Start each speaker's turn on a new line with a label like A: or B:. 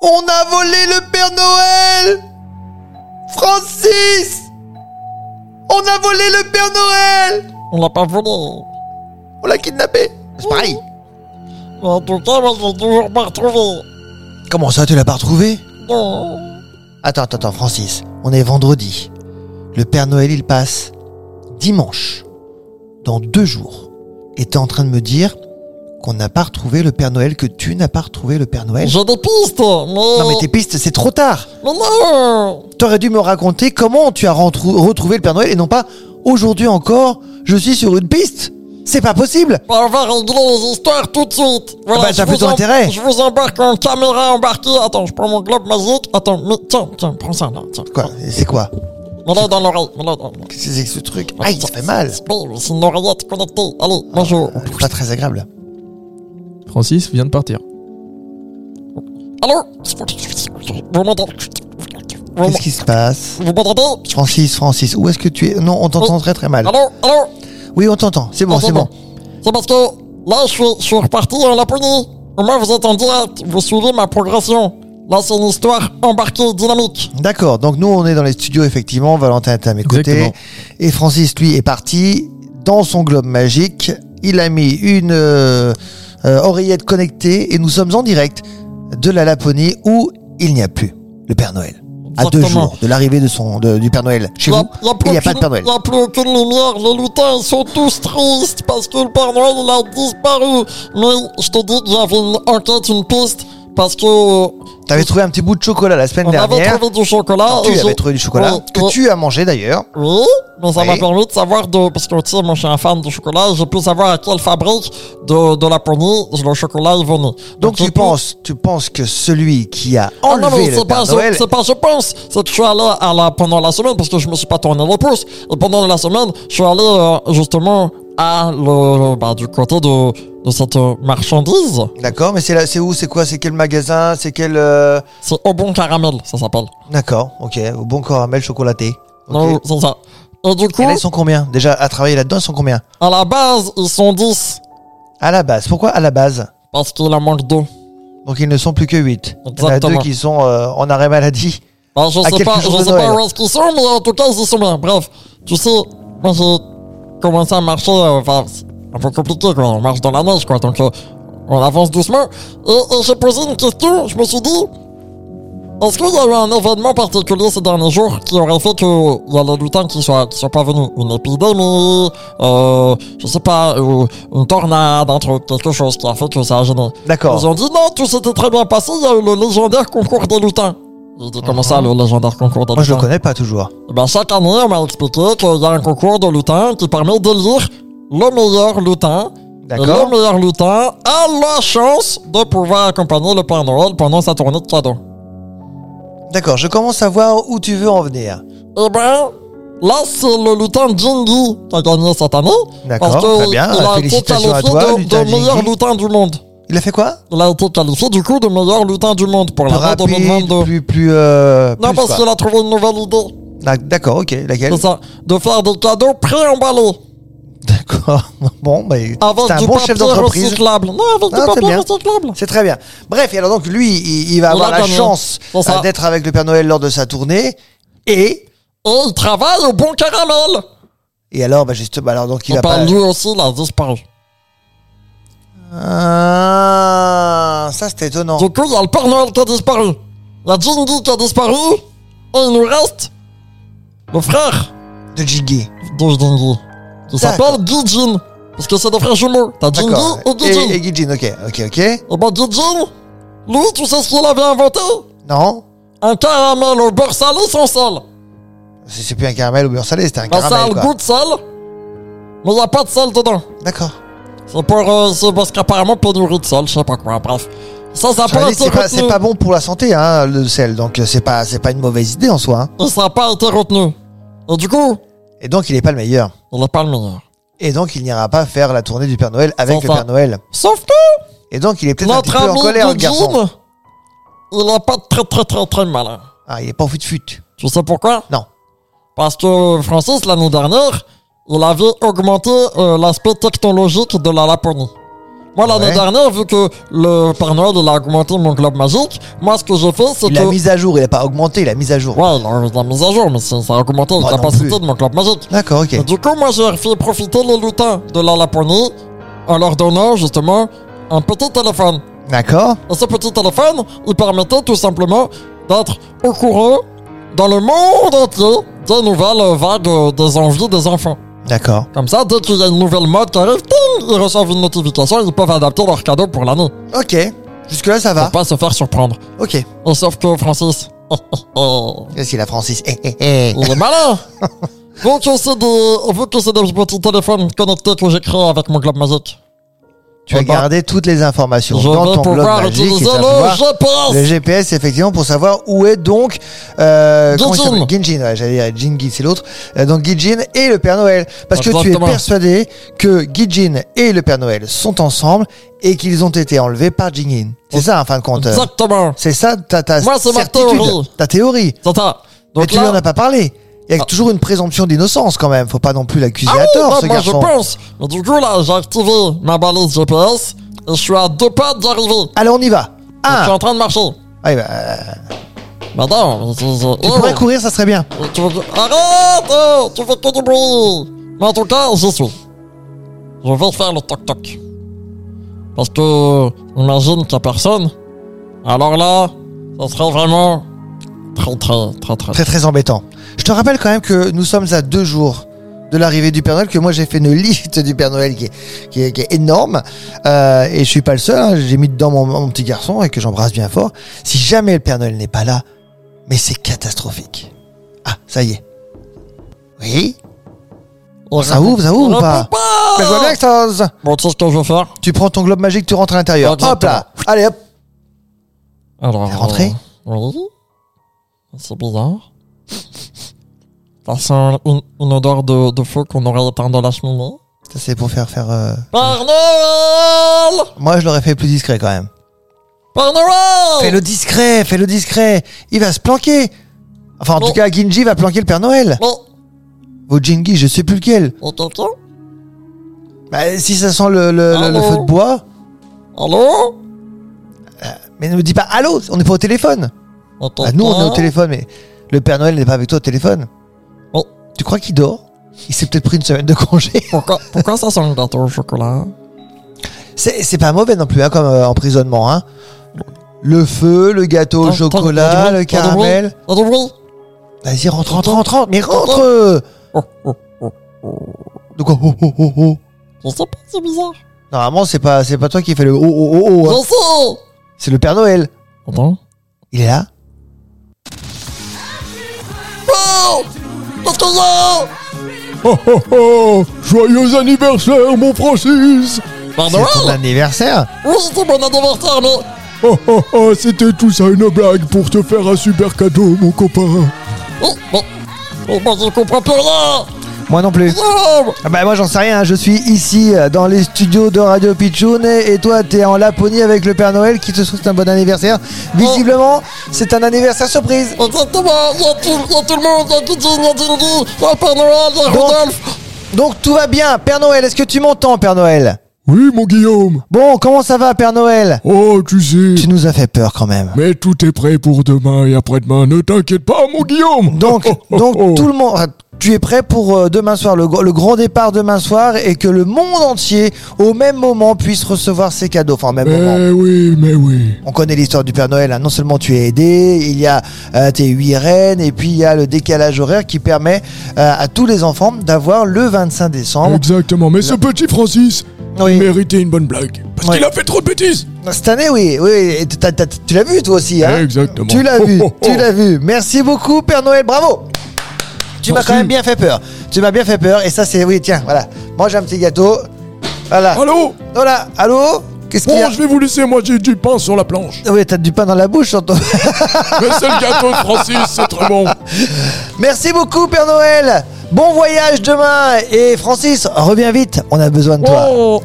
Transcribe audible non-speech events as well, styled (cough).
A: On a volé le Père Noël Francis On a volé le Père Noël
B: On l'a pas volé.
A: On l'a kidnappé C'est pareil
B: Mais en tout cas, moi, je l'ai toujours pas retrouvé.
A: Comment ça, tu l'as pas retrouvé
B: Non.
A: Attends, attends, attends, Francis. On est vendredi. Le Père Noël, il passe dimanche, dans deux jours. Et t'es en train de me dire qu'on n'a pas retrouvé le Père Noël, que tu n'as pas retrouvé le Père Noël
B: J'ai des pistes, mais.
A: Non, mais tes pistes, c'est trop tard
B: Mais non
A: T'aurais dû me raconter comment tu as rentrou- retrouvé le Père Noël et non pas aujourd'hui encore, je suis sur une piste C'est pas possible
B: Bah, On va régler les histoires tout de suite. Voilà,
A: bah, ça
B: je
A: fait
B: vous
A: ton
B: em-
A: intérêt.
B: Je vous embarque en caméra embarquée. Attends, je prends mon globe magique. Attends, mais tiens, tiens, prends ça là. Tiens.
A: Quoi C'est quoi
B: Mets-le dans l'oreille. Mets-le dans l'oreille.
A: Qu'est-ce que c'est que ce truc Aïe, ça fait mal
B: C'est pas- C'est une oreillette connectée. Allez, bonjour.
A: C'est Pas très agréable.
C: Francis vient de partir.
B: Allô Vous m'entendez Vous
A: Qu'est-ce qui se passe
B: vous m'entendez
A: Francis, Francis, où est-ce que tu es Non, on t'entend très très mal.
B: Allô Allô
A: Oui, Oh. on t'entend, c'est bon,
B: Ah,
A: c'est bon.
B: C'est parce que là, je suis, je suis reparti en Laponie. Au moins, vous êtes en direct. Vous suivez ma progression. Là, c'est une histoire embarquée, dynamique.
A: D'accord, donc nous on est dans les studios effectivement, Valentin est à mes côtés.
C: Exactement.
A: Et Francis, lui, est parti dans son globe magique. Il a mis une euh, euh, oreillette connectée et nous sommes en direct de la Laponie où il n'y a plus le Père Noël. À deux
B: Exactement.
A: jours de l'arrivée de son de- du Père Noël chez vous,
B: Il n'y a,
A: il
B: plus
A: n'y a pas de
B: aucune-
A: Père Noël.
B: il y a plus aucune lumière. Les lutins, ils sont tous tristes parce que le Père Noël, il a disparu. Mais je te dis qu'il y avait une enquête, une piste. Parce que euh,
A: T'avais trouvé un petit bout de chocolat la semaine
B: on avait
A: dernière.
B: trouvé du chocolat. et
A: Tu
B: j'ai-
A: avais trouvé du chocolat
B: Oui,
A: que
B: oui.
A: tu as mangé d'ailleurs.
B: Oui, mais ça
A: Oui.
B: m'a permis de savoir de. Parce que, tu sais, moi, je suis un fan de chocolat, j'ai pu savoir à quelle fabrique de, de Laponie le chocolat est venu.
A: Donc
B: j'ai
A: tu
B: pu-
A: penses, tu penses que celui qui a
B: Ah non,
A: enlevé
B: mais
A: le
B: c'est pas,
A: Père
B: je-
A: Noël
B: c'est pas je pense, c'est que je suis allé à la, pendant la semaine parce que je me suis pas tourné le pouce. Et pendant la semaine, je suis allé euh, justement à le, bah, du côté de, de cette euh, marchandise.
A: D'accord, mais c'est là, c'est où, c'est quoi, c'est quel magasin, c'est quel. euh,
B: C'est au bon caramel, ça s'appelle.
A: D'accord, ok, au bon caramel chocolaté. Ok.
B: Non, c'est ça. Et du coup,
A: Et là, ils sont combien Déjà, à travailler là-dedans, ils sont combien
B: à la base, ils sont 10
A: À la base, pourquoi à la base
B: parce qu'il en manque deux.
A: Donc ils ne sont plus que 8. Il y en a deux
B: Exactement.
A: qui sont euh, en arrêt maladie.
B: Bah, je
A: À
B: sais
A: quelques
B: pas,
A: jours
B: je
A: de
B: sais
A: Noël.
B: pas où est-ce qu'ils sont, mais en tout cas, ils y sont bien. Bref, tu sais, moi j'ai commencé à marcher, euh, enfin, c'est un peu compliqué, quoi. On marche dans la neige, quoi. Donc, euh, on avance doucement. Et, et j'ai posé une question, je me suis dit, est-ce qu'il y a eu un événement particulier ces derniers jours qui aurait fait qu'il y a les lutins qui soient, qui soient pas venus Une épidémie, euh, je sais pas, ou une tornade, un truc, quelque chose qui a fait que ça a gêné.
A: D'accord.
B: Ils ont dit non, tout s'était très bien passé, il y a eu le légendaire concours des lutins. J'ai dit comment ça, le légendaire concours des
A: Ah. Moi, je
B: lutins
A: le connais pas toujours.
B: Eh ben, Chaque année, on m'a expliqué qu'il y a un concours de lutins qui permet d'élire le meilleur lutin. Et
A: D'accord.
B: Le meilleur lutin a la chance de pouvoir accompagner le Père Noël pendant sa tournée de cadeaux.
A: D'accord, je commence à voir où tu veux en venir.
B: Eh ben, là, c'est le lutin Jingy qui a gagné cette année.
A: D'accord,
B: parce que
A: très bien.
B: Il a été
A: Félicitations à
B: qualifié
A: toi,
B: de,
A: lutin
B: de meilleur
A: Jingy.
B: lutin du monde.
A: Il a fait quoi
B: Il a été qualifié, du coup, de meilleur lutin du monde pour
A: Plus
B: l'année
A: rapide,
B: 2022.
A: plus. plus, euh,
B: Non,
A: plus,
B: parce
A: quoi.
B: qu'il a trouvé une nouvelle idée.
A: Ah, D'accord, ok, laquelle
B: C'est ça. De faire des cadeaux pré-emballés.
A: D'accord. (laughs) Bon, bah, c'est
B: Avec
A: un
B: du
A: bon
B: papier
A: chef d'entreprise.
B: recyclable. Non, avec
A: Ah,
B: du
A: c'est
B: papier
A: bien.
B: recyclable.
A: C'est très bien. Bref, et alors donc lui, il, il va
B: Il
A: avoir
B: a
A: la
B: gagné.
A: chance
B: C'est ça.
A: euh, d'être avec le Père Noël lors de sa tournée. Et
B: Et il travaille au bon caramel.
A: et alors, bah justement, alors donc il
B: Il
A: va pas.
B: parle lui aussi, il a disparu.
A: Ah, ça c'était étonnant.
B: Du coup, il y a le Père Noël qui a disparu. Il y a Jingy qui a disparu. Et il nous reste le frère
A: De Jiggy.
B: de Jingy. Qui
A: D'accord.
B: s'appelle Gijin. Parce que c'est des frères jumeaux. T'as
A: D'accord.
B: Jingy et Gijin.
A: Et,
B: Et,
A: et Gijin, ok, ok, ok.
B: ben Gijin, lui, tu sais ce qu'il avait inventé
A: Non,
B: Un caramel au beurre salé sans sel.
A: c'est c'est plus un caramel au beurre salé, c'était un
B: Bah, ça a
A: caramel.
B: le
A: quoi.
B: goût de sel, mais il a pas de sel dedans.
A: D'accord.
B: C'est pour, euh, c'est parce qu'apparemment pénurie de sel, je sais pas quoi, bref. Ça, ça n'a
A: Ça veut
B: pas
A: dire que
B: été
A: C'est pas,
B: retenu.
A: c'est pas bon pour la santé, hein, le sel. Donc euh, c'est pas, c'est pas une mauvaise idée en soi. hein.
B: Et ça n'a pas été retenu. Et du coup,
A: Et donc il est pas le meilleur.
B: il n'est pas le meilleur.
A: Et donc il n'ira pas faire la tournée du Père Noël avec
B: Enfin.
A: le Père Noël.
B: Sauf que
A: Et donc il est peut-être un petit
B: notre
A: peu en
B: ami
A: colère, le garçon.
B: Gudjin, il n'est pas très très très très malin.
A: Ah, il est pas au fut fut.
B: Tu sais pourquoi
A: Non.
B: Parce que Francis, l'année dernière, il avait augmenté euh, l'aspect technologique de la Laponie. Moi, l'année
A: Ouais.
B: dernière, vu que le Père Noël, il a augmenté mon globe magique, moi, ce que j'ai fait, c'est
A: Il l'a
B: que.
A: mise à jour, il a pas augmenté, il a mise à jour.
B: Ouais, il a, il a mis à jour, mais c'est- ça a augmenté
A: Bah,
B: les
A: non
B: capacités
A: plus.
B: de mon globe magique.
A: D'accord, ok.
B: Et du coup, moi, j'ai fait profiter les lutins de la Laponie en leur donnant, justement, un petit téléphone.
A: D'accord.
B: Et ce petit téléphone, il permettait tout simplement d'être au courant dans le monde entier des nouvelles vagues euh, des envies des enfants.
A: D'accord.
B: Comme ça, dès qu'il y a une nouvelle mode qui arrive, ting, ils reçoivent une notification, ils peuvent adapter leur cadeau pour l'année.
A: Ok. Jusque-là, ça
B: Pour
A: va.
B: pas se faire surprendre.
A: Ok.
B: Et sauf que Francis, (laughs) oh, il
A: Qu'est-ce qu'il a, Francis Eh, eh, eh.
B: est (laughs) malin Vu que c'est des, vu que c'est des petits téléphones connectés que j'ai créés avec mon globe magique,
A: Tu as
B: Eh ben,
A: gardé toutes les informations
B: je
A: dans
B: vais
A: ton globe
B: pouvoir
A: magique. et
B: utiliser
A: tu vas
B: le
A: pouvoir-
B: GPS
A: Le GPS, effectivement, pour savoir où est donc euh, comment il
B: Gijin.
A: s'appelle Gijin, ouais, j'allais dire Jin c'est l'autre. Euh, donc Gijin et le Père Noël,
B: Ah,
A: parce que tu es
B: Exactement.
A: persuadé que Gijin et le Père Noël sont ensemble et qu'ils ont été enlevés par Jingin. C'est ça, en fin de compte. euh,
B: Exactement
A: C'est ça ta, ta
B: Oh. Moi, c'est ma
A: certitude,
B: théorie.
A: ta théorie.
B: C'est ça
A: Mais
B: Donc
A: tu lui en as pas parlé. Il y a toujours une présomption d'innocence quand même. Faut pas non plus l'accuser à
B: Ah,
A: tort, ce
B: moi
A: garçon.
B: je pense. Mais du coup là, j'ai activé ma balise GPS et je suis à deux pas d'arriver.
A: Allez, on y va.
B: Je suis
A: Ah,
B: en train de marcher.
A: ouais, bah, euh,
B: Madame, tu,
A: tu pourrais courir, ça serait bien.
B: tu veux... Arrête oh, Tu fais que du bruit Mais en tout cas, j'y suis. Je vais faire le toc-toc. Parce que, imagine qu'il n'y a personne. Alors là, ça serait vraiment très très très très...
A: Très très embêtant. Je te rappelle quand même que nous sommes à deux jours de l'arrivée du Père Noël, que moi j'ai fait une liste du Père Noël qui est, qui est, qui est énorme, Euh, et je suis pas le seul, hein. j'ai mis dedans mon, mon petit garçon et que j'embrasse bien fort. Si jamais le Père Noël n'est pas là, mais c'est catastrophique. Ah, ça y est. Oui Ça ouvre, ça ouvre ou pas Mais
B: Oh.
A: je vois bien que ça ose.
B: Bon, tu sais ce que je vais faire
A: Tu prends ton globe magique, tu rentres à l'intérieur.
B: Exactement.
A: Hop là Allez hop
B: Alors.
A: T'es rentré
B: euh, Oui. C'est bizarre. Ça sent une, une odeur de, de feu qu'on aurait éteint dans la cheminée.
A: Ça c'est pour faire faire... euh,
B: Père Noël
A: Moi je l'aurais fait plus discret quand même.
B: Père Noël
A: Fais le discret, fais le discret. Il va se planquer. Enfin, en
B: Bon.
A: tout cas, Ginji va planquer le Père Noël.
B: Bon,
A: Ou Gingi, je sais plus lequel.
B: y'a quelqu'un
A: Bah, si ça sent le, le- le- le
B: Allô
A: feu de bois,
B: Allô
A: mais ne me dis pas allô, on n'est pas au téléphone.
B: Y'a
A: Bah, nous, on est au
B: quelqu'un
A: téléphone, mais le Père Noël n'est pas avec toi au téléphone.
B: Bon.
A: Tu crois qu'il dort Il s'est peut-être pris une semaine de congé. (laughs)
B: Pourquoi, pourquoi ça sent le gâteau au chocolat
A: C'est c'est pas mauvais non plus, hein, comme euh, emprisonnement. Hein. Le feu, le gâteau au
B: Attends,
A: chocolat,
B: attends,
A: le
B: attends,
A: caramel.
B: Y'a du bruit
A: Vas-y, rentre, rentre, rentre, rentre, mais rentre
B: Oh, oh, oh.
A: De quoi oh, oh, oh, oh.
B: Je sais pas, c'est bizarre.
A: Normalement, c'est pas, c'est pas toi qui fais le oh oh oh oh. hein.
B: Je sais
A: C'est le Père Noël.
B: Attends.
A: Il est là
B: Oh Qu'est-ce qu'il y a
C: Oh oh oh Joyeux anniversaire, mon Francis
B: Père
A: C'est ton
B: Noël
A: anniversaire
B: Oui, c'est mon anniversaire, mais...
C: Oh oh oh, c'était tout ça une blague pour te faire un super cadeau, mon copain.
B: Oh, bon. Oh, moi, je comprends plus rien.
A: Moi non plus.
B: Non.
A: Ah bah moi j'en sais rien, je suis ici euh, dans les studios de Radio Pichoun et et toi t'es en Laponie avec le Père Noël qui te souhaite un bon anniversaire. Visiblement, c'est un anniversaire surprise.
B: Exactement. Il y, a tout- il y a tout le monde. Il y a Kidjin, il y a Dingy, il y a Père Noël, il y a
A: Donc-
B: Rudolph.
A: Donc tout va bien, Père Noël, est-ce que tu m'entends Père Noël
C: Oui, mon Guillaume.
A: Bon, comment ça va Père Noël
C: Oh, tu sais.
A: Tu nous as fait peur quand même.
C: Mais tout est prêt pour demain et après-demain. Ne t'inquiète pas, mon Guillaume.
A: Donc,
C: Oh, oh,
A: donc
C: oh.
A: tout le monde. ah, Tu es prêt pour euh, demain soir, le, gr- le grand départ demain soir, et que le monde entier, au même moment, puisse recevoir ses cadeaux. Enfin, au même moment.
C: Mais oui, mais oui.
A: On connaît l'histoire du Père Noël. hein. Non seulement tu es aidé, il y a euh, tes huit reines, et puis il y a le décalage horaire qui permet euh, à tous les enfants d'avoir le 25 décembre.
C: Exactement. Mais ce petit Francis
A: Oui.
C: méritait une bonne blague. Parce
A: Oui.
C: qu'il a fait trop de bêtises.
A: Cette année, oui, oui. et t'as- t'as- tu l'as vu toi aussi, hein
C: Exactement.
A: Tu l'as
C: (laughs) Oh,
A: vu,
C: oh, oh.
A: tu l'as vu. Merci beaucoup, Père Noël. Bravo. Tu m'as
C: Merci.
A: quand même bien fait peur. Tu m'as bien fait peur. Et ça, c'est oui, tiens, voilà. Mange un petit gâteau. Voilà.
C: Allô
A: Voilà. Allô. Qu'est-ce qu'il y
C: Bon,
A: a
C: je vais vous laisser. Moi, j'ai du pain sur la planche.
A: Oui, t'as du pain dans la bouche, j'entends.
C: Mais c'est le gâteau de Francis, c'est très bon.
A: (laughs) Merci beaucoup, Père Noël. Bon voyage demain. Et Francis, reviens vite. On a besoin de toi.
B: Oh.